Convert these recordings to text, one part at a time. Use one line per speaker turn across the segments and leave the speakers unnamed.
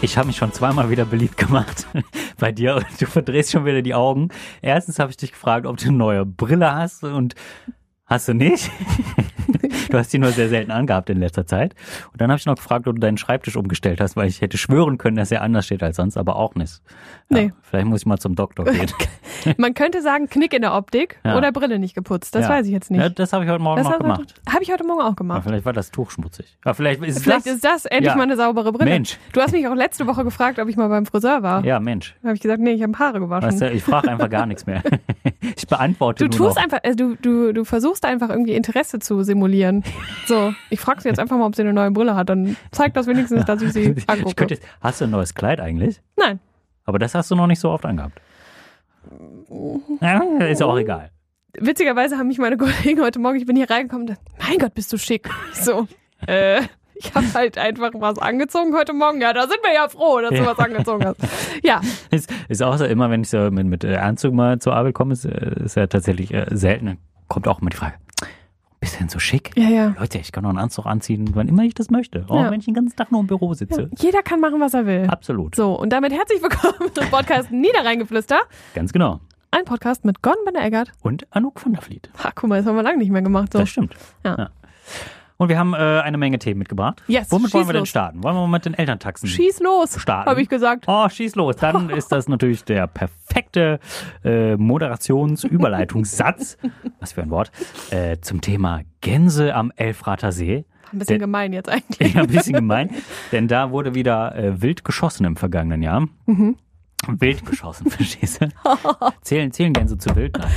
Ich habe mich schon zweimal wieder beliebt gemacht bei dir und du verdrehst schon wieder die Augen. Erstens habe ich dich gefragt, ob du eine neue Brille hast und hast du nicht. Du hast die nur sehr selten angehabt in letzter Zeit. Und dann habe ich noch gefragt, ob du deinen Schreibtisch umgestellt hast, weil ich hätte schwören können, dass er anders steht als sonst, aber auch nicht. Ja,
Nee.
Vielleicht muss ich mal zum Doktor gehen.
Man könnte sagen, Knick in der Optik
Ja.
oder Brille nicht geputzt. Das
Ja.
weiß ich jetzt nicht.
Ja, das habe ich heute Morgen
das
noch
habe
gemacht.
ich- habe ich heute Morgen auch
Ja,
gemacht.
Ah, vielleicht war das Tuch schmutzig. Ja, vielleicht ist
Vielleicht
das.
ist das endlich
Ja.
mal eine saubere Brille.
Mensch.
Du hast mich auch letzte Woche gefragt, ob ich mal beim Friseur war.
ja, Mensch.
Da habe ich gesagt, nee, ich habe Haare gewaschen.
Weißt du, ich frage einfach gar nichts mehr. Ich beantworte
Du
nur
tust
noch.
einfach, also du, du, du versuchst einfach irgendwie Interesse zu simulieren. So, ich frage sie jetzt einfach mal, ob sie eine neue Brille hat. Dann zeigt das wenigstens, dass ich sie angucke.
Ich könnte, jetzt- hast du ein neues Kleid eigentlich?
Nein.
Aber das hast du noch nicht so oft angehabt. Ja, ist ja auch egal.
Witzigerweise haben mich meine Kollegen heute Morgen, ich bin hier reingekommen und dachte, mein Gott, bist du schick. Ich So, äh, ich habe halt einfach was angezogen heute Morgen. Ja, da sind wir ja froh, dass du
Ja.
was angezogen hast. Ja,
Ist, ist auch so, immer wenn ich so mit, mit äh, Anzug mal zur Arbeit komme, ist, äh, ist ja tatsächlich äh, selten. Dann kommt auch immer die Frage, "Warum bist du denn so schick?
ja, ja.
Leute, ich kann doch einen Anzug anziehen, wann immer ich das möchte. Auch
Ja.
wenn ich den ganzen Tag nur im Büro sitze.
Jeder kann machen, was er will.
Absolut.
So, und damit herzlich willkommen zum Podcast Niederreingeflüster.
Ganz genau.
Ein Podcast mit Gordon Benner-Eggert.
Und Anouk van der Vliet.
Ha, guck mal, das haben wir lange nicht mehr gemacht. So.
Das stimmt.
Ja.
Und wir haben äh, eine Menge Themen mitgebracht.
Yes,
Womit wollen
schieß
wir denn
los.
starten? Wollen wir mal mit den Elterntaxen
Schieß los,
starten?
habe ich gesagt.
Oh, schieß los. Dann ist das natürlich der perfekte äh, Moderationsüberleitungssatz. Was für ein Wort. Äh, zum Thema Gänse am Elfrater See.
Ein bisschen
Der-
gemein jetzt eigentlich.
Ja, ein bisschen gemein. Denn da wurde wieder äh, wild geschossen im vergangenen Jahr.
Mhm.
Wild geschossen, verstehst du? Zählen, zählen Gänse zu wild? Nein.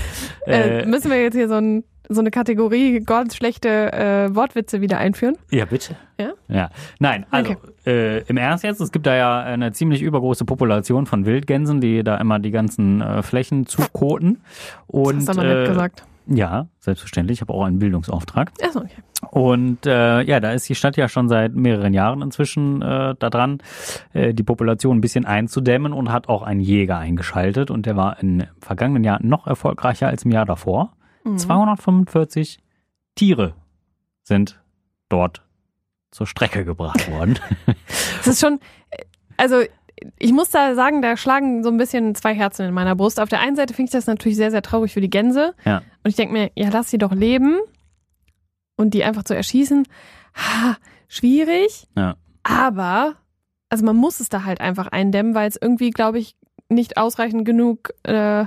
Äh,
Äh,
müssen wir jetzt hier so, ein, so eine Kategorie ganz schlechte äh, Wortwitze wieder einführen?
ja, bitte.
Ja?
Ja. Nein, also äh, im Ernst jetzt, es gibt da ja eine ziemlich übergroße Population von Wildgänsen, die da immer die ganzen äh, Flächen zukoten. Und,
das hast du aber nett
äh,
gesagt.
Ja, selbstverständlich. Ich habe auch einen Bildungsauftrag.
Achso, okay.
Und äh, ja, da ist die Stadt ja schon seit mehreren Jahren inzwischen äh, daran, äh, die Population ein bisschen einzudämmen und hat auch einen Jäger eingeschaltet. Und der war im vergangenen Jahr noch erfolgreicher als im Jahr davor.
Mhm.
245 Tiere sind dort zur Strecke gebracht worden.
Es ist schon, äh, also ich muss da sagen, da schlagen so ein bisschen zwei Herzen in meiner Brust. Auf der einen Seite finde ich das natürlich sehr, sehr traurig für die Gänse.
Ja.
Und ich denke mir, ja, lass sie doch leben und die einfach zu erschießen. Ha, schwierig.
Ja.
Aber, also man muss es da halt einfach eindämmen, weil es irgendwie, glaube ich, nicht ausreichend genug äh,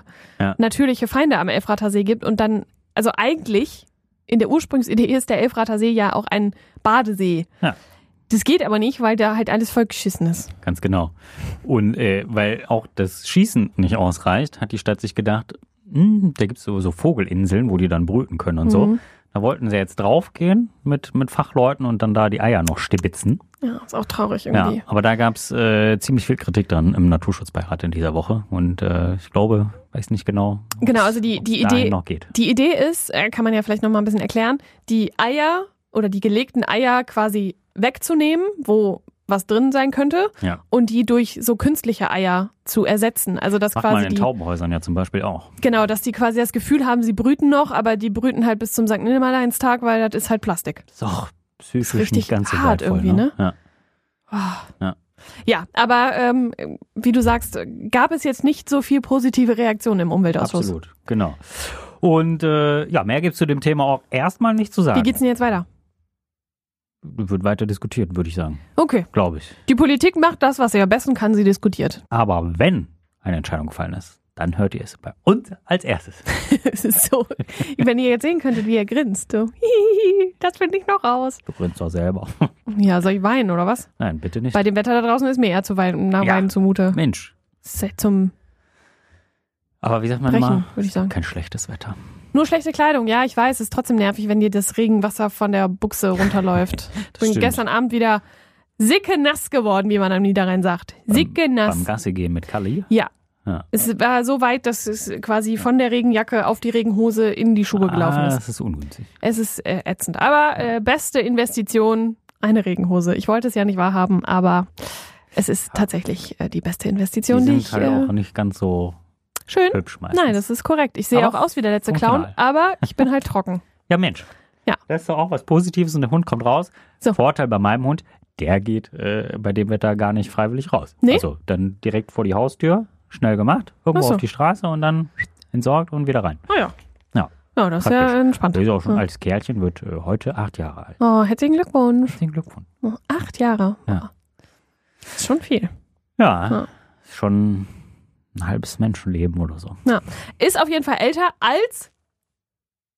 natürliche Feinde am Elfrater See gibt. Und dann, also eigentlich in der Ursprungsidee ist der Elfrater See ja auch ein Badesee.
Ja.
Das geht aber nicht, weil da halt alles vollgeschissen ist.
Ganz genau. Und äh, weil auch das Schießen nicht ausreicht, hat die Stadt sich gedacht, hm, da gibt's so, so Vogelinseln, wo die dann brüten können und
Mhm.
so. Da wollten sie jetzt draufgehen mit, mit Fachleuten und dann da die Eier noch stibitzen.
Ja, ist auch traurig
Ja,
irgendwie.
aber da gab's äh, ziemlich viel Kritik dran im Naturschutzbeirat in dieser Woche. Und äh, ich glaube, weiß nicht genau,
Genau, also die, die
dahin
Idee,
noch geht.
Die Idee ist, äh, kann man ja vielleicht noch mal ein bisschen erklären, die Eier oder die gelegten Eier quasi wegzunehmen, wo was drin sein könnte,
Ja.
und die durch so künstliche Eier zu ersetzen. Also dass
Macht man
quasi
in
die,
Taubenhäusern ja zum Beispiel auch.
genau, dass die quasi das Gefühl haben, sie brüten noch, aber die brüten halt bis zum St. Nimmerleinstag, weil das ist halt Plastik.
Ist auch psychisch
richtig
nicht ganz so
hart
wertvoll,
irgendwie, ne?
Ja. Ah.
Ja, aber ähm, wie du sagst, gab es jetzt nicht so viel positive Reaktionen im Umweltausschuss.
Absolut, genau. Und äh, ja, mehr gibt's zu dem Thema auch erstmal nicht zu sagen.
Wie geht's denn jetzt weiter?
Wird weiter diskutiert, würde ich sagen.
Okay,
Glaube ich.
die Politik macht das, was sie am besten kann, sie diskutiert.
Aber wenn eine Entscheidung gefallen ist, dann hört ihr es bei uns als erstes.
Es ist so, wenn ihr jetzt sehen könntet, wie er grinst. So, hihihi, das finde ich noch raus.
Du grinst doch selber.
Ja, soll ich weinen oder was?
Nein, bitte nicht.
Bei dem Wetter da draußen ist mir eher zu weinen, nach
Ja.
weinen zumute.
Mensch.
Ist ja zum
Aber wie sagt man
Brechen,
mal,
würde ich sagen.
kein schlechtes Wetter.
Nur schlechte Kleidung, ja, ich weiß, ist trotzdem nervig, wenn dir das Regenwasser von der Buchse runterläuft. Ich bin
stimmt.
gestern Abend wieder sicke nass geworden, wie man am Niederrhein sagt. Sicke
Beim
nass.
Gassi gehen mit Kali.
Ja.
Ja.
Es war so weit, dass es quasi von der Regenjacke auf die Regenhose in die Schuhe gelaufen
ah,
ist.
das ist ungünstig.
Es ist äh, ätzend. Aber äh, beste Investition, eine Regenhose. Ich wollte es ja nicht wahrhaben, aber es ist tatsächlich äh, die beste Investition, die,
die
ich.
sind halt auch
Äh,
nicht ganz so
schön.
hübsch meistens.
Nein, das ist korrekt. Ich sehe
Aber
auch aus wie der letzte Clown,
funktional.
aber ich bin halt trocken.
ja, Mensch.
Ja.
Das ist doch auch was Positives und der Hund kommt raus.
So.
Vorteil bei meinem Hund, der geht äh, bei dem Wetter gar nicht freiwillig raus.
Nee?
Also dann direkt vor die Haustür, schnell gemacht, irgendwo
Ach so.
auf die Straße und dann entsorgt und wieder rein.
Naja.
Ja.
Ah Ja, das ist ja
Praktisch.
entspannt.
Der ist auch schon
Ja.
als Kerlchen, wird äh, heute acht Jahre alt.
Oh, herzlichen Glückwunsch.
Herzlichen Glückwunsch.
Oh, acht Jahre.
Ja.
Das ist schon viel.
Ja,
Ja.
schon ein halbes Menschenleben oder so.
Ist auf jeden Fall älter als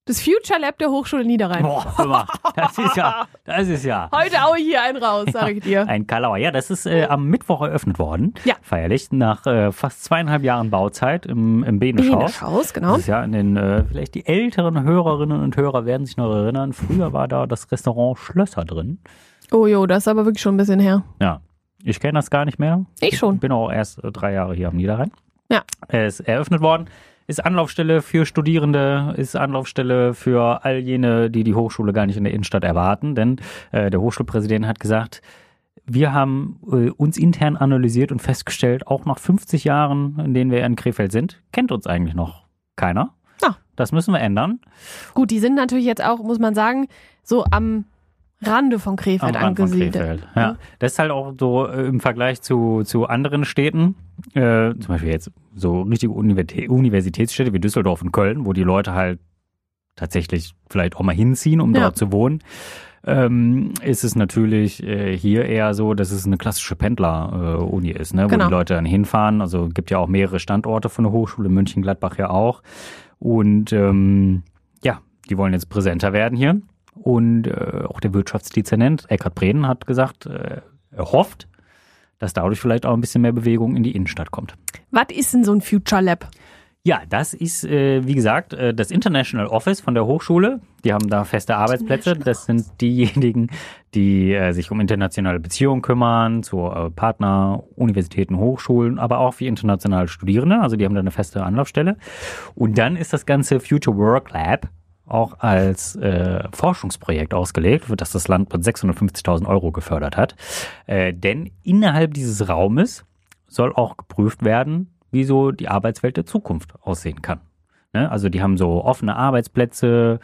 das Future Lab der Hochschule Niederrhein.
Boah, hör mal, das ist ja, das ist ja.
Heute aue ich hier einen raus, sage ich dir.
Ein Kalauer. Ja, das ist äh, am Mittwoch eröffnet worden.
Ja.
Feierlich. Nach äh, fast zweieinhalb Jahren Bauzeit im, im Beneschhaus.
Schaus, genau.
Das ist ja in den, äh, vielleicht die älteren Hörerinnen und Hörer werden sich noch erinnern. Früher war da das Restaurant Schlösser drin.
Oh jo, das ist aber wirklich schon ein bisschen her.
Ja. Ich kenne das gar nicht mehr.
Ich schon.
bin auch erst äh, drei Jahre hier am Niederrhein.
Ja.
Es ist eröffnet worden. Ist Anlaufstelle für Studierende, ist Anlaufstelle für all jene, die die Hochschule gar nicht in der Innenstadt erwarten. Denn äh, der Hochschulpräsident hat gesagt, wir haben äh, uns intern analysiert und festgestellt, auch nach 50 Jahren, in denen wir in Krefeld sind, kennt uns eigentlich noch keiner.
Ah.
Das müssen wir ändern.
Gut, die sind natürlich jetzt auch, muss man sagen, so am Rande von Krefeld
Rand von
angesiedelt.
Krefeld. Ja. Das ist halt auch so äh, im Vergleich zu, zu anderen Städten, äh, zum Beispiel jetzt so richtige Universitä Universitätsstädte wie Düsseldorf und Köln, wo die Leute halt tatsächlich vielleicht auch mal hinziehen, um
Ja.
dort zu wohnen. Ähm, ist es natürlich äh, hier eher so, dass es eine klassische Pendler-Uni ist, ne? wo
Genau.
die Leute dann hinfahren. Also gibt ja auch mehrere Standorte von der Hochschule, München, Gladbach ja auch. Und ähm, ja, die wollen jetzt präsenter werden hier. Und äh, auch der Wirtschaftsdezernent Eckhard Breden hat gesagt, äh, er hofft, dass dadurch vielleicht auch ein bisschen mehr Bewegung in die Innenstadt kommt.
Was ist denn so ein Future Lab?
Ja, das ist, äh, wie gesagt, äh, das International Office von der Hochschule. Die haben da feste Arbeitsplätze. Das sind diejenigen, die äh, sich um internationale Beziehungen kümmern, zu äh, Partner, Universitäten, Hochschulen, aber auch für internationale Studierende. Also die haben da eine feste Anlaufstelle. Und dann ist das ganze Future Work Lab auch als äh, Forschungsprojekt ausgelegt, für das das Land mit 650.000 Euro gefördert hat. Äh, denn innerhalb dieses Raumes soll auch geprüft werden, wie so die Arbeitswelt der Zukunft aussehen kann. Ne? Also die haben so offene Arbeitsplätze,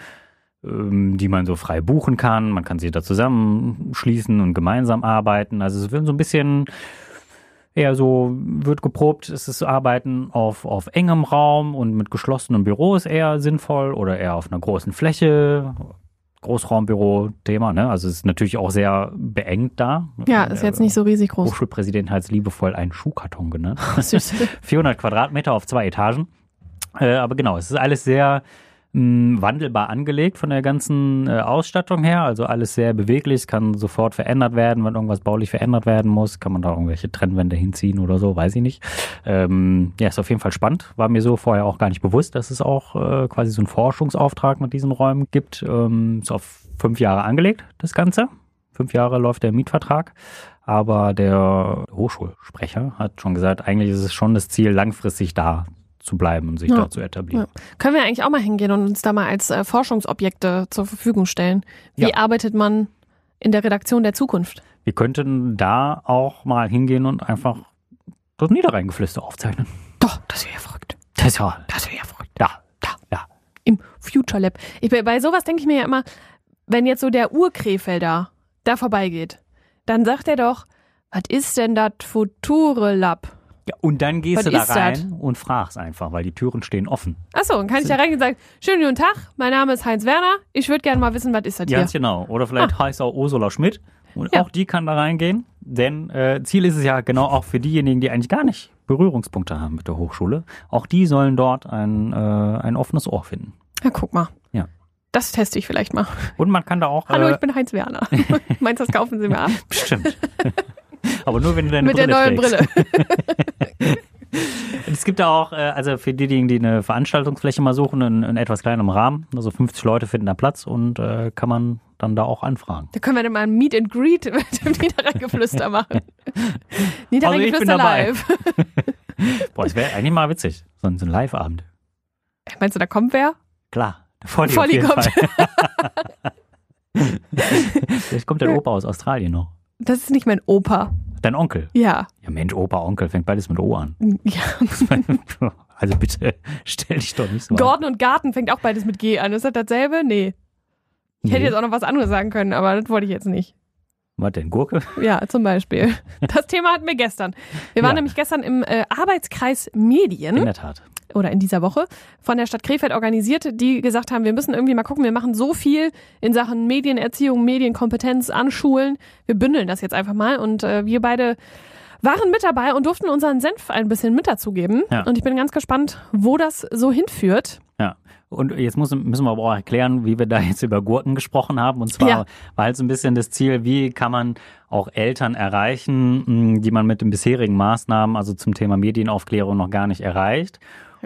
ähm, die man so frei buchen kann. Man kann sich da zusammenschließen und gemeinsam arbeiten. Also es wird so ein bisschen eher so, wird geprobt, es ist Arbeiten auf, auf engem Raum und mit geschlossenen Büros eher sinnvoll oder eher auf einer großen Fläche. Großraumbüro-Thema, ne? Also es ist natürlich auch sehr beengt da. Äh,
Ja, ist jetzt
genau.
nicht so riesig groß.
Hochschulpräsident hat es liebevoll einen Schuhkarton genannt.
Süß.
400 Quadratmeter auf zwei Etagen. Äh, aber genau, es ist alles sehr mh, wandelbar angelegt von der ganzen äh, Ausstattung her. Also alles sehr beweglich, es kann sofort verändert werden, wenn irgendwas baulich verändert werden muss. Kann man da irgendwelche Trennwände hinziehen oder so, weiß ich nicht. Ähm, ja, ist auf jeden Fall spannend. War mir so vorher auch gar nicht bewusst, dass es auch äh, quasi so einen Forschungsauftrag mit diesen Räumen gibt. Ähm, ist auf fünf Jahre angelegt, das Ganze. Fünf Jahre läuft der Mietvertrag. Aber der Hochschulsprecher hat schon gesagt, eigentlich ist es schon das Ziel, langfristig da zu bleiben und sich
Ja.
da zu etablieren.
Können wir eigentlich auch mal hingehen und uns da mal als äh, Forschungsobjekte zur Verfügung stellen? Wie
Ja.
arbeitet man in der Redaktion der Zukunft?
Wir könnten da auch mal hingehen und einfach das Niederrheingeflüster aufzeichnen.
Doch, das wäre ja verrückt.
Das ist ja,
Das wäre ja verrückt.
ja,
Im Future Lab. Ich, bin- bei sowas denke ich mir ja immer, wenn jetzt so der Urkrefelder da vorbeigeht, dann sagt er doch, was ist denn das Future Lab?
ja. Und dann gehst
Was
du da
ist das?
rein und fragst einfach, weil die Türen stehen offen.
Achso, dann kann ich da reingehen und sagen, schönen guten Tag, mein Name ist Heinz Werner, ich würde gerne mal wissen, was ist das hier?
Ganz genau. Oder vielleicht heißt auch Ursula Schmidt. Und
Ah. Ja.
auch die kann da reingehen. Denn äh, Ziel ist es ja genau auch für diejenigen, die eigentlich gar nicht Berührungspunkte haben mit der Hochschule. Auch die sollen dort ein, äh, ein offenes Ohr finden.
Ja, guck mal.
Ja.
Das teste ich vielleicht mal.
Und man kann da auch.
Hallo,
äh,
ich bin Heinz Werner. Meinst du, das kaufen Sie mir ab?
Bestimmt. Aber nur wenn du deine
Mit der neuen
Brille trägst.
Brille.
Es gibt da auch, äh, also für diejenigen, die eine Veranstaltungsfläche mal suchen, in, in etwas kleinerem Rahmen. Also 50 Leute finden da Platz und äh, kann man dann da auch anfragen.
Da können wir dann mal ein Meet and Greet mit dem Niederrheingeflüster machen.
Also ich bin
Niederrheingeflüster
dabei.
live.
Boah, es wäre eigentlich mal witzig. So ein, so ein Live-Abend.
Meinst du, da kommt wer?
Klar. der Volli auf
Volli
jeden
kommt.
Fall. Vielleicht kommt dein Opa aus Australien noch.
Das ist nicht mein Opa.
Dein Onkel.
Ja.
Ja, Mensch, Opa, Onkel, fängt beides mit O an.
ja.
Also bitte, stell dich doch nicht so an.
Gordon und Garten fängt auch beides mit G an. Ist das dasselbe? Nee. Ich hätte
Nee.
jetzt auch noch was anderes sagen können, aber das wollte ich jetzt Hm? nicht.
Was denn, Gurke?
Ja, zum Beispiel. Das Thema hatten wir gestern. Wir waren
Ja.
nämlich gestern im äh, Arbeitskreis
In
Medien
der Tat.
oder in dieser Woche von der Stadt Krefeld organisiert, die gesagt haben, wir müssen irgendwie mal gucken, wir machen so viel in Sachen Medienerziehung, Medienkompetenz an Schulen. Wir bündeln das jetzt einfach mal und äh, wir beide waren mit dabei und durften unseren Senf ein bisschen mit dazugeben.
Ja.
Und ich bin ganz gespannt, wo das so hinführt.
Ja. Und jetzt muss, müssen wir aber auch erklären, wie wir da jetzt über Gurken gesprochen haben. Und zwar
Ja.
war halt so ein bisschen das Ziel, wie kann man auch Eltern erreichen, mh, die man mit den bisherigen Maßnahmen, also zum Thema Medienaufklärung, noch gar nicht erreicht.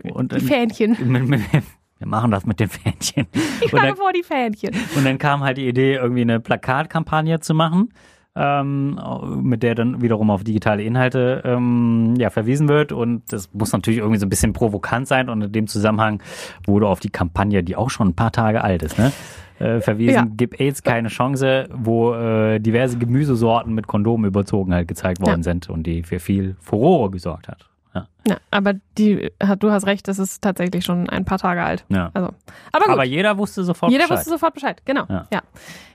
Und
Die Fähnchen.
mit, mit, wir machen das mit den Fähnchen.
Ich
Und
schlage
dann,
vor, die Fähnchen.
und dann kam halt die Idee, irgendwie eine Plakatkampagne zu machen, ähm, mit der dann wiederum auf digitale Inhalte ähm, ja, verwiesen wird. Und das muss natürlich irgendwie so ein bisschen provokant sein. Und in dem Zusammenhang wurde auf die Kampagne, die auch schon ein paar Tage alt ist, ne? äh, verwiesen,
Ja.
gib AIDS keine Chance, wo äh, diverse Gemüsesorten mit Kondomen überzogen halt gezeigt worden sind und die für viel Furore gesorgt hat. Ja.
Ja, aber die, du hast recht, das ist tatsächlich schon ein paar Tage alt.
Ja.
Also, aber gut.
Aber jeder wusste sofort
Jeder
Bescheid.
wusste sofort Bescheid, genau.
Ja.
Ja.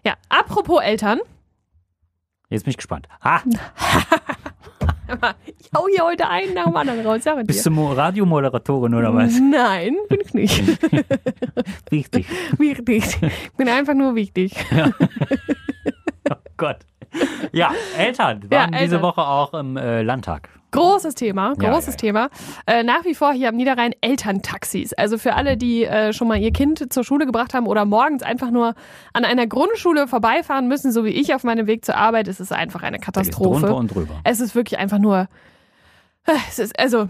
ja. apropos Eltern.
Jetzt bin ich gespannt. Ah,
Ich hau hier heute einen nach dem anderen raus, sag ich
bist
dir.
du Mo- Radiomoderatorin oder was?
Mhm. Nein, bin ich nicht.
Richtig.
wichtig. Bin einfach nur wichtig.
Gott. Ja, Eltern waren
Ja, Eltern.
diese Woche auch im äh, Landtag.
Großes Thema,
Ja,
großes
ja,
Thema. Äh, nach wie vor hier am Niederrhein Elterntaxis. Also für alle, die äh, schon mal ihr Kind zur Schule gebracht haben oder morgens einfach nur an einer Grundschule vorbeifahren müssen, so wie ich auf meinem Weg zur Arbeit, ist es einfach eine
Da geht's Drunter
Katastrophe.
und drüber.
Es ist wirklich einfach nur. äh, Es ist, also,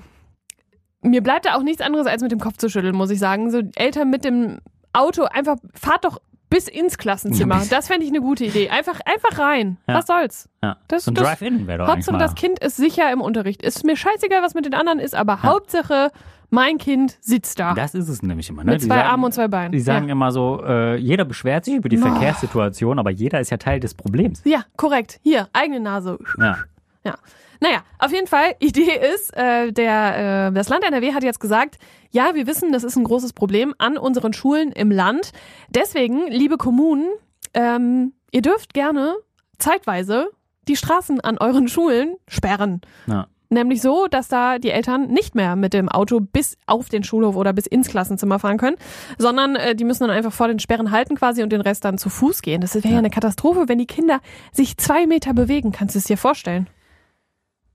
mir bleibt da auch nichts anderes, als mit dem Kopf zu schütteln, muss ich sagen. So Eltern mit dem Auto, einfach, fahrt doch bis ins Klassenzimmer.
Ja, bis-
Das fände ich eine gute Idee. Einfach, einfach rein.
Ja.
Was soll's?
Ja.
das-
so ein
das-
Drive-In wäre doch eigentlich
Hauptsache,
mal.
das Kind ist sicher im Unterricht. Ist mir scheißegal, was mit den anderen ist, aber Hauptsache, mein Kind sitzt da.
das ist es nämlich immer. Ne?
Mit
Die
zwei
sagen-
Armen und zwei Beinen.
Die sagen immer so, äh, jeder beschwert sich über die
Boah.
Verkehrssituation, aber jeder ist ja Teil des Problems.
ja. ja, korrekt. Hier, eigene Nase.
Ja.
Ja. Naja, auf jeden Fall, Idee ist, äh, der, äh, das Land NRW hat jetzt gesagt, ja, wir wissen, das ist ein großes Problem an unseren Schulen im Land. Deswegen, liebe Kommunen, ähm, ihr dürft gerne zeitweise die Straßen an euren Schulen sperren.
Ja.
Nämlich so, dass da die Eltern nicht mehr mit dem Auto bis auf den Schulhof oder bis ins Klassenzimmer fahren können, sondern äh, die müssen dann einfach vor den Sperren halten quasi und den Rest dann zu Fuß gehen. Das wäre ja eine Katastrophe, wenn die Kinder sich zwei Meter bewegen. Kannst du es dir vorstellen?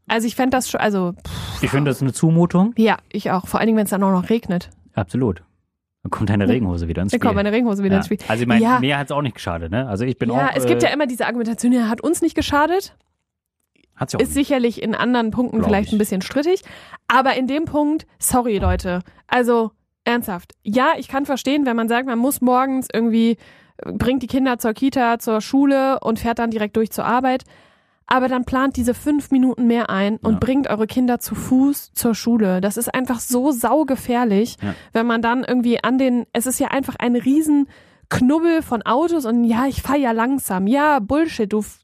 Also ich fände das schon, also pff,
Ich finde, das ist eine Zumutung.
ja, ich auch. Vor allen Dingen, wenn es dann auch noch regnet.
Absolut. Dann kommt deine Regenhose wieder ins
Dann
Spiel.
kommt meine Regenhose wieder ins Spiel.
Ja. Also ich meine,
ja,
mir hat es auch nicht geschadet. Ne? Also ich bin
ja
auch,
es gibt
äh,
ja immer diese Argumentation, ja, hat uns nicht geschadet.
hat's ja auch
Ist sicherlich in anderen Punkten
Glaub
vielleicht
ich.
ein bisschen strittig, aber in dem Punkt, sorry Leute, also ernsthaft. Ja, ich kann verstehen, wenn man sagt, man muss morgens irgendwie, äh, bringt die Kinder zur Kita, zur Schule und fährt dann direkt durch zur Arbeit. Aber dann plant diese fünf Minuten mehr ein und
Ja.
bringt eure Kinder zu Fuß zur Schule. Das ist einfach so saugefährlich,
Ja.
wenn man dann irgendwie an den, es ist ja einfach ein riesen Knubbel von Autos und ja, ich fahre ja langsam. Ja, Bullshit, du, f-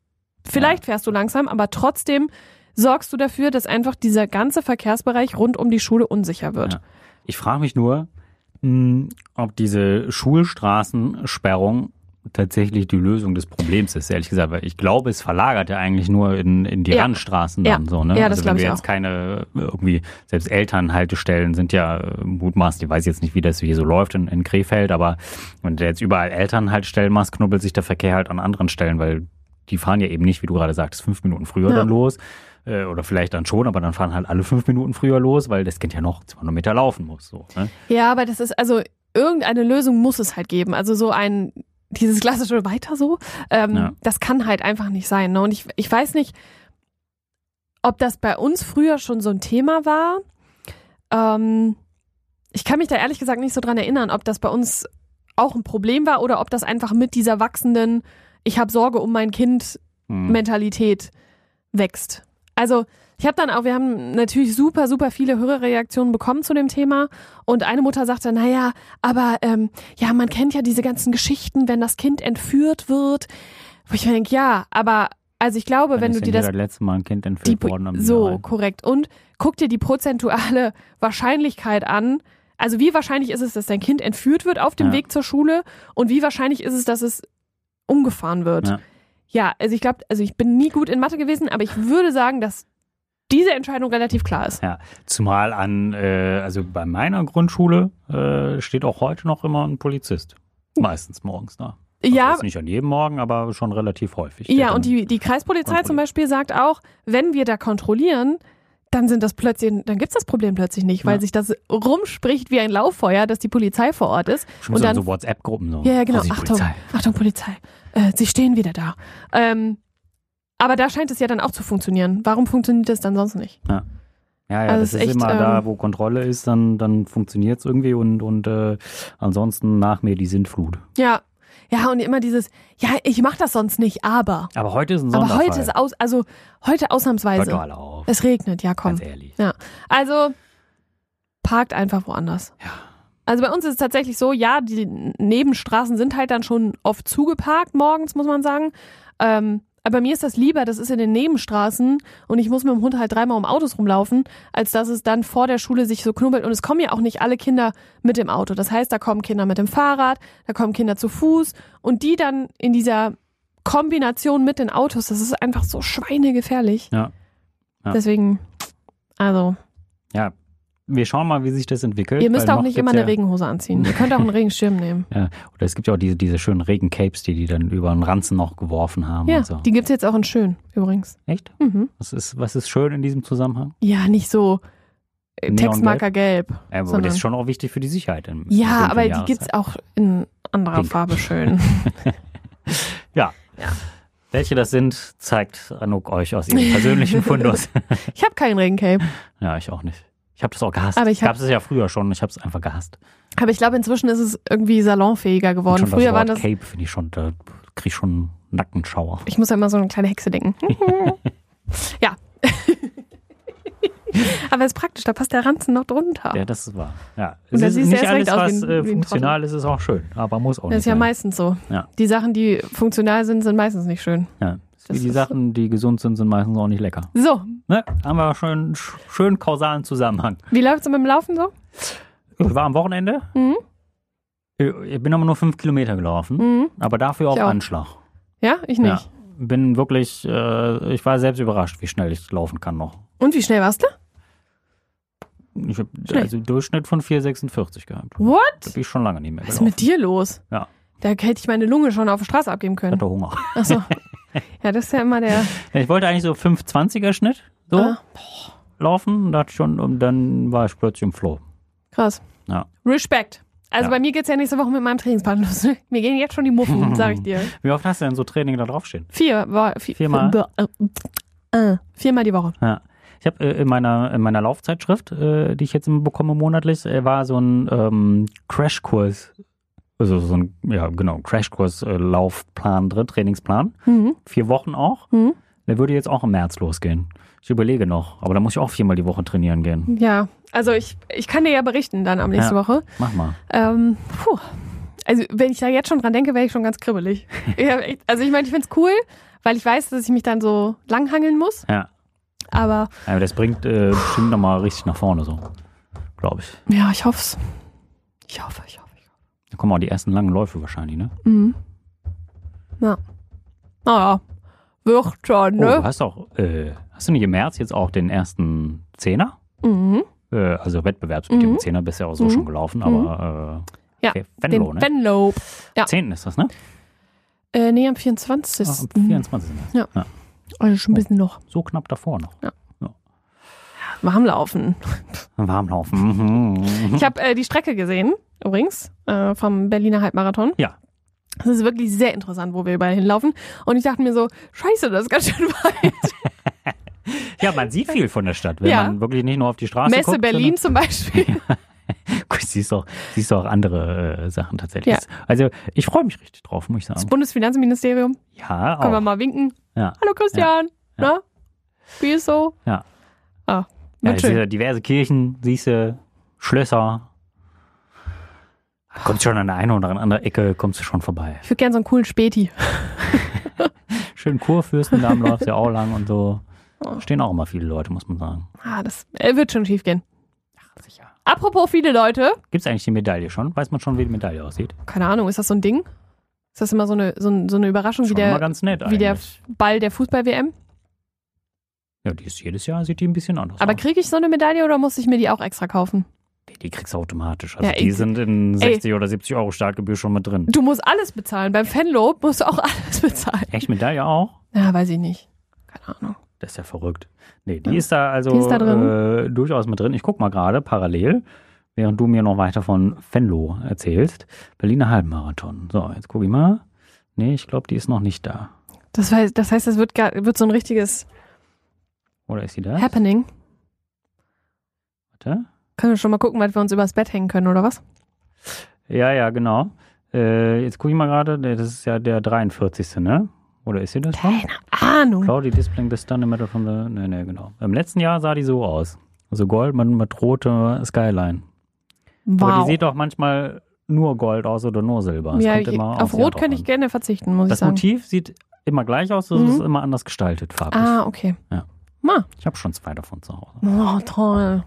vielleicht fährst du langsam, aber trotzdem sorgst du dafür, dass einfach dieser ganze Verkehrsbereich rund um die Schule unsicher wird.
Ja. Ich frage mich nur, mh, ob diese Schulstraßensperrung tatsächlich die Lösung des Problems ist, ehrlich gesagt, weil ich glaube, es verlagert ja eigentlich nur in, in die
Ja.
Randstraßen
Ja.
dann so, ne?
Ja, das
also wenn
glaub
wir
ich
jetzt
auch.
keine äh, irgendwie, selbst Elternhaltestellen sind ja äh, mutmaßlich, ich weiß jetzt nicht, wie das hier so läuft in, in Krefeld, aber wenn du jetzt überall Elternhaltestellen machst, knubbelt sich der Verkehr halt an anderen Stellen, weil die fahren ja eben nicht, wie du gerade sagtest, fünf Minuten früher
Ja.
dann los. Äh, Oder vielleicht dann schon, aber dann fahren halt alle fünf Minuten früher los, weil das Kind ja noch 200 Meter laufen muss. So, ne?
Ja, aber das ist also irgendeine Lösung muss es halt geben. Also so ein dieses klassische weiter so, ähm,
Ja.
das kann halt einfach nicht sein. Ne? Und ich, ich weiß nicht, ob das bei uns früher schon so ein Thema war. Ähm, ich kann mich da ehrlich gesagt nicht so dran erinnern, ob das bei uns auch ein Problem war oder ob das einfach mit dieser wachsenden, ich habe Sorge um mein Kind
Hm.
Mentalität wächst. Also Ich habe dann auch, wir haben natürlich super, super viele Hörerreaktionen bekommen zu dem Thema. Und eine Mutter sagte, naja, aber ähm, ja, man kennt ja diese ganzen Geschichten, wenn das Kind entführt wird. Wo ich mir denke, ja, aber also ich glaube,
Dann
wenn
ist
du dir
ja
das
das letzte Mal ein Kind
die,
entführt
Po-
worden am
so,
Niederrhein.
korrekt. Und guck dir die prozentuale Wahrscheinlichkeit an. Also wie wahrscheinlich ist es, dass dein Kind entführt wird auf dem
Ja.
Weg zur Schule und wie wahrscheinlich ist es, dass es umgefahren wird.
Ja.
Ja, also ich glaube, also ich bin nie gut in Mathe gewesen, aber ich würde sagen, dass diese Entscheidung relativ klar ist.
Ja, zumal an, äh, also bei meiner Grundschule äh, steht auch heute noch immer ein Polizist. Meistens morgens, ne? Also
ja,
Jetzt nicht an jedem Morgen, aber schon relativ häufig. Der
ja,
dann-
und die, die Kreispolizei
kontrolliert.
zum Beispiel sagt auch, wenn wir da kontrollieren, dann sind das plötzlich, dann gibt's das Problem plötzlich nicht, weil
Ja.
sich das rumspricht wie ein Lauffeuer, dass die Polizei vor Ort ist.
schon
und
so,
dann
so WhatsApp-Gruppen so.
Ja, ja, genau.
Vorsicht,
Achtung,
Polizei.
Achtung, Polizei. Äh, sie stehen wieder da. Ähm, aber da scheint es ja dann auch zu funktionieren. Warum funktioniert das dann sonst nicht?
Ja, ja,
Also
das
es
ist,
ist echt,
immer
ähm,
da, wo Kontrolle ist, dann, dann funktioniert es irgendwie und, und äh, ansonsten nach mir die Sintflut.
Ja. Ja, und immer dieses, ja, ich mach das sonst nicht, aber.
Aber heute ist ein
Aber
Sonderfall.
heute ist aus, also heute
Hört doch
ausnahmsweise.
alle auf,
Es regnet, ja, komm.
ganz ehrlich.
Also parkt einfach woanders.
Ja.
Also bei uns ist es tatsächlich so, ja, die Nebenstraßen sind halt dann schon oft zugeparkt morgens, muss man sagen. Ähm, aber mir ist das lieber, das ist in den Nebenstraßen und ich muss mit dem Hund halt dreimal um Autos rumlaufen, als dass es dann vor der Schule sich so knubbelt. Und es kommen ja auch nicht alle Kinder mit dem Auto. Das heißt, da kommen Kinder mit dem Fahrrad, da kommen Kinder zu Fuß und die dann in dieser Kombination mit den Autos, das ist einfach so schweinegefährlich.
Ja. Ja.
Deswegen, also.
Ja, wir schauen mal, wie sich das entwickelt.
Ihr müsst
weil
auch
noch
nicht
gibt's
immer eine
ja,
Regenhose anziehen. Ihr könnt auch einen Regenschirm nehmen.
Ja, oder es gibt ja auch diese, diese schönen Regencapes, die die dann über den Ranzen noch geworfen haben
Ja,
und so.
die gibt's jetzt auch in schön, übrigens.
Echt?
Mhm.
Was ist, was ist schön in diesem Zusammenhang?
Ja, nicht so äh,
Neongelb?
Textmarker gelb.
Äh, aber
Sondern-
das ist schon auch wichtig für die Sicherheit. Im, im
Ja,
dunklen
aber die
Jahreszeit.
gibt's auch in anderer
Pink.
Farbe schön.
Welche das sind, zeigt Anouk euch aus ihrem persönlichen Fundus.
Ich habe keinen Regencape.
ja, ich auch nicht. Ich habe das auch gehasst.
Aber ich hab-
gab es ja früher schon. Ich habe es einfach gehasst.
Aber ich glaube, inzwischen ist es irgendwie salonfähiger
Und
geworden.
schon
Früher
das Wort
waren das.
Cape finde ich schon, da kriege ich schon einen Nackenschauer.
Ich muss ja immer so eine kleine Hexe denken. ja. aber ist praktisch, da passt der Ranzen noch drunter.
Ja, das ist wahr. Ja.
Und
Es
da
ist
siehst du
nicht
erst
alles,
recht aus
was
wie ein- wie
äh,
ein Trottel.
funktional ist, ist auch schön. Aber muss auch
das
nicht
ist ja
sein.
meistens so.
Ja.
Die Sachen, die funktional sind, sind meistens nicht schön.
Ja.
Das
Wie die
ist-
Sachen, die gesund sind, sind meistens auch nicht lecker.
So,
Ne? Haben wir schon einen sch- schönen kausalen Zusammenhang.
wie läuft's mit dem Laufen so?
Ich war am Wochenende.
Mhm.
Ich bin aber nur fünf Kilometer gelaufen,
Mhm.
aber dafür auf
Ich auch.
Anschlag.
Ja, ich nicht.
Ja. Bin wirklich, äh, ich war selbst überrascht, wie schnell ich laufen kann noch.
Und wie schnell warst du?
Ich habe
Schnell.
also Durchschnitt von 4,46 gehabt. Da
What?
bin ich schon lange nicht mehr
Was ist
gelaufen.
mit dir los?
Ja.
Da hätte ich meine Lunge schon auf der Straße abgeben
Ich
können.
hatte Hunger.
Achso. Ja, das ist ja immer der.
Ich wollte eigentlich so 5,20er Schnitt so
Ah,
laufen, das schon, und dann war ich plötzlich im Flow.
krass.
Ja.
Respekt. Also
Ja.
bei mir geht's ja nächste Woche mit meinem Trainingspartner los. Mir gehen jetzt schon die Muffen, sag ich dir.
Wie oft hast du denn so Training da draufstehen?
Vier, war, vier,
Viermal?
Äh, äh, viermal die Woche.
Ja. Ich habe äh, in meiner in meiner Laufzeitschrift, äh, die ich jetzt immer bekomme monatlich, äh, war so ein ähm, Crashkurs, also so ein ja genau Crashkurs äh, Laufplan drin, Trainingsplan,
Mhm.
vier Wochen auch.
Mhm.
Der würde jetzt auch im März losgehen. Ich überlege noch, aber da muss ich auch viermal die Woche trainieren gehen.
Ja, also ich, ich kann dir ja berichten dann am nächste
Ja.
Woche.
Mach mal.
Ähm, puh. Also, wenn ich da jetzt schon dran denke, wäre ich schon ganz kribbelig. ja, echt. also, ich meine, ich find's cool, weil ich weiß, dass ich mich dann so langhangeln muss.
Ja,
Aber
aber das bringt äh, bestimmt noch mal richtig nach vorne so, glaube ich.
ja, ich hoff's. Ich hoffe, ich hoffe. Ich hoffe.
Da kommen auch die ersten langen Läufe wahrscheinlich, ne?
Mhm. Ja. Naja, wird schon,
Oh, du
ne?
hast auch, äh, hast du nicht im März jetzt auch den ersten Zehner?
mhm.
äh, also wettbewerbsbedingungen.
Mhm.
Zehner bist ja auch so
Mhm.
schon gelaufen, aber äh,
Ja,
okay,
Den
Venlo, ne?
Venlo. ja.
Zehnten ist das, ne?
Äh, nee, am 24.
Ah, am 24. ist das.
Also schon ein bisschen noch.
So knapp davor noch.
Warm laufen.
Warmlaufen. Mhm.
Ich habe äh, die Strecke gesehen, übrigens, äh, vom Berliner Halbmarathon.
Ja.
Es ist wirklich sehr interessant, wo wir überall hinlaufen. Und ich dachte mir so, scheiße, das ist ganz schön weit.
Ja, man sieht viel von der Stadt, wenn
Ja.
man wirklich nicht nur auf die Straße
Messe
guckt.
Berlin zum Beispiel.
sondern- Guck, siehst du auch, siehst du auch andere äh, Sachen tatsächlich.
Ja.
Also ich freue mich richtig drauf, muss ich
Das
sagen.
Bundesfinanzministerium.
Ja,
Können wir
auch.
mal winken.
Oh. Ja.
Hallo Christian.
Ja.
Na? Wie ist so?
Ja. Ja,
Wird
siehst
schön.
du diverse Kirchen, siehst du, Schlösser. Da Kommst schon an der einen oder anderen Ecke, kommst du schon vorbei.
Ich würde gerne so einen coolen Späti.
Schön Kurfürstendamm läufst ja auch lang und so. Stehen auch immer viele Leute, muss man sagen.
Ah, das äh, wird schon schief gehen.
Sicher.
Apropos viele Leute.
Gibt's eigentlich die Medaille schon? Weiß man schon, wie die Medaille aussieht?
Keine Ahnung, ist das so ein Ding? Ist das immer so eine, so, ein- so eine Überraschung wie
Schon immer
der,
ganz nett
wie der
eigentlich.
Ball der Fußball-WM?
Ja, die ist jedes Jahr, sieht die ein bisschen anders
Aber
aus.
kriege ich so eine Medaille oder muss ich mir die auch extra kaufen?
Die- Die kriegst du automatisch. Also
Ja,
die
ich-
sind in
Ey.
60 oder 70 Euro Startgebühr schon mit drin.
Du musst alles bezahlen. Beim Fanlob musst du auch alles bezahlen.
Echt Medaille auch?
Ja, weiß ich nicht. Keine Ahnung.
Das ist ja verrückt. Nee, die ist da also
Die ist da drin.
Äh, durchaus mit drin. Ich guck mal gerade parallel, während du mir noch weiter von Venlo erzählst. Berliner Halbmarathon. So, jetzt guck ich mal. Nee, ich glaube, die ist noch nicht da.
Das heißt, das, heißt, das wird, gar, wird so ein richtiges
Oder ist sie da?
Happening.
Warte.
Können wir schon mal gucken, was wir uns übers Bett hängen können, oder was?
Ja, ja, genau. Äh, jetzt gucke ich mal gerade. Nee, Das ist ja der 43. Ne? Oder ist sie das schon?
Keine Ahnung.
Cloudy displaying the stunning metal from the. Ne, ne, genau. Im letzten Jahr sah die so aus. Also Gold mit, mit roter Skyline. Aber
Wow.
die sieht doch manchmal nur Gold aus oder nur Silber. Es
Ja,
kommt
ich,
immer
auf
die Art
Rot
drauf
könnte
an.
ich gerne verzichten, muss ich
Das
sagen.
Motiv sieht immer gleich aus, es
Mhm.
ist immer anders gestaltet farblich.
Ah, okay.
Ja.
Ma.
Ich habe schon zwei davon zu Hause.
Oh, toll.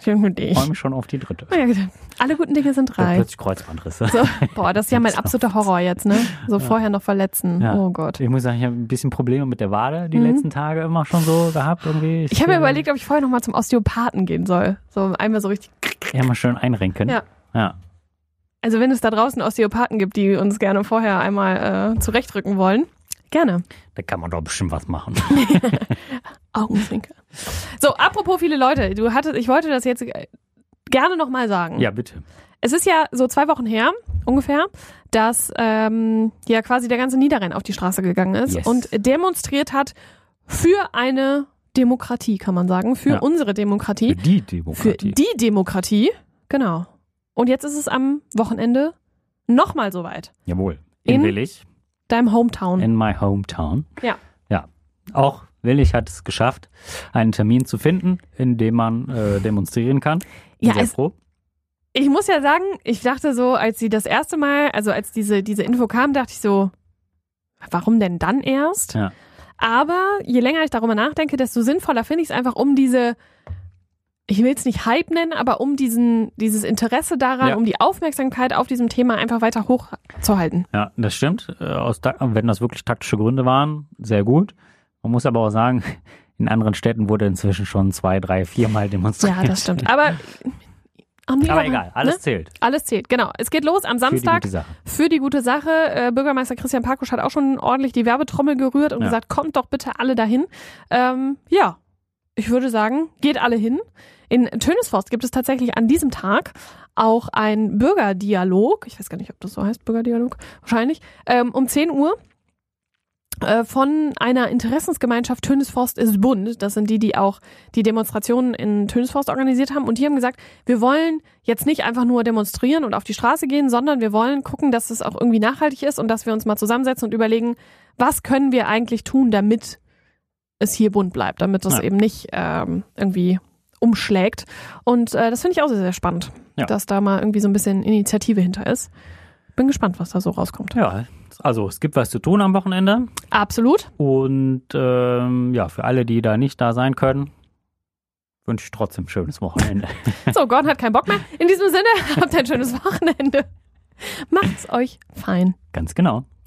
Schön für
Ich
dich.
freue mich schon auf die dritte.
Ah, ja, gut. Alle guten Dinge sind
So,
drei.
Plötzlich Kreuzbandrisse.
So, boah, das ist ja mein absoluter Horror jetzt, ne? So vorher noch verletzen.
Ja.
Oh Gott.
Ich muss sagen, ich habe ein bisschen Probleme mit der Wade die
Mhm.
letzten Tage immer schon so gehabt. Irgendwie.
Ich habe mir
äh,
überlegt, ob ich vorher noch mal zum Osteopathen gehen soll. So einmal so richtig.
Ja, mal schön einrenken.
Ja.
ja.
Also wenn es da draußen Osteopathen gibt, die uns gerne vorher einmal äh, zurechtrücken wollen, gerne.
Da kann man doch bestimmt was machen.
Mhm. Augenzwinker. So, apropos viele Leute, du hattest, ich wollte das jetzt äh, gerne noch mal sagen.
ja, bitte.
Es ist ja so zwei Wochen her, ungefähr, dass ähm, ja quasi der ganze Niederrhein auf die Straße gegangen ist
Yes.
und demonstriert hat für eine Demokratie, kann man sagen, für
Ja.
unsere
Für
Demokratie,
die
für
Demokratie.
die Demokratie, genau. Und jetzt ist es am Wochenende nochmal soweit.
Jawohl. In,
In-
Willig,
Deinem Hometown.
in my hometown.
Ja.
Ja. Auch Willig hat es geschafft, einen Termin zu finden, in dem man äh, demonstrieren kann. Bin
Ja,
sehr
es-
froh.
Ich muss ja sagen, ich dachte so, als sie das erste Mal, also als diese, diese Info kam, dachte ich so, warum denn dann erst?
Ja.
Aber je länger ich darüber nachdenke, desto sinnvoller finde ich es einfach, um diese, ich will es nicht Hype nennen, aber um diesen, dieses Interesse daran,
Ja.
um die Aufmerksamkeit auf diesem Thema einfach weiter hochzuhalten.
Ja, das stimmt. Äh, Aus, ta- wenn das wirklich taktische Gründe waren, sehr gut. Man muss aber auch sagen, in anderen Städten wurde inzwischen schon zwei, drei, viermal demonstriert.
Ja, das stimmt. Aber, am
aber
Niederrhein,
egal, alles
Ne?
zählt.
Alles zählt, genau. Es geht los am
Für die
Samstag.
gute Sache.
für die gute Sache. Äh, Bürgermeister Christian Pakusch hat auch schon ordentlich die Werbetrommel gerührt und
Ja.
gesagt, kommt doch bitte alle dahin. Ähm, ja, ich würde sagen, geht alle hin. In Tönesforst gibt es tatsächlich an diesem Tag auch einen Bürgerdialog. Ich weiß gar nicht, ob das so heißt, Bürgerdialog. Wahrscheinlich. Ähm, um 10 Uhr äh, von einer Interessensgemeinschaft Tönesforst ist Bund. Das sind die, die auch die Demonstrationen in Tönesforst organisiert haben. Und die haben gesagt, wir wollen jetzt nicht einfach nur demonstrieren und auf die Straße gehen, sondern wir wollen gucken, dass es auch irgendwie nachhaltig ist und dass wir uns mal zusammensetzen und überlegen, was können wir eigentlich tun, damit es hier bunt bleibt, damit es
Ja.
eben nicht ähm, irgendwie umschlägt. Und äh, das finde ich auch sehr, sehr spannend,
Ja.
dass da mal irgendwie so ein bisschen Initiative hinter ist. Bin gespannt, was da so rauskommt.
Ja, also es gibt was zu tun am Wochenende.
Absolut.
Und ähm, ja, für alle, die da nicht da sein können, wünsche ich trotzdem ein schönes Wochenende.
So, Gordon hat keinen Bock mehr. In diesem Sinne, habt ein schönes Wochenende. Macht's euch fein.
Ganz genau.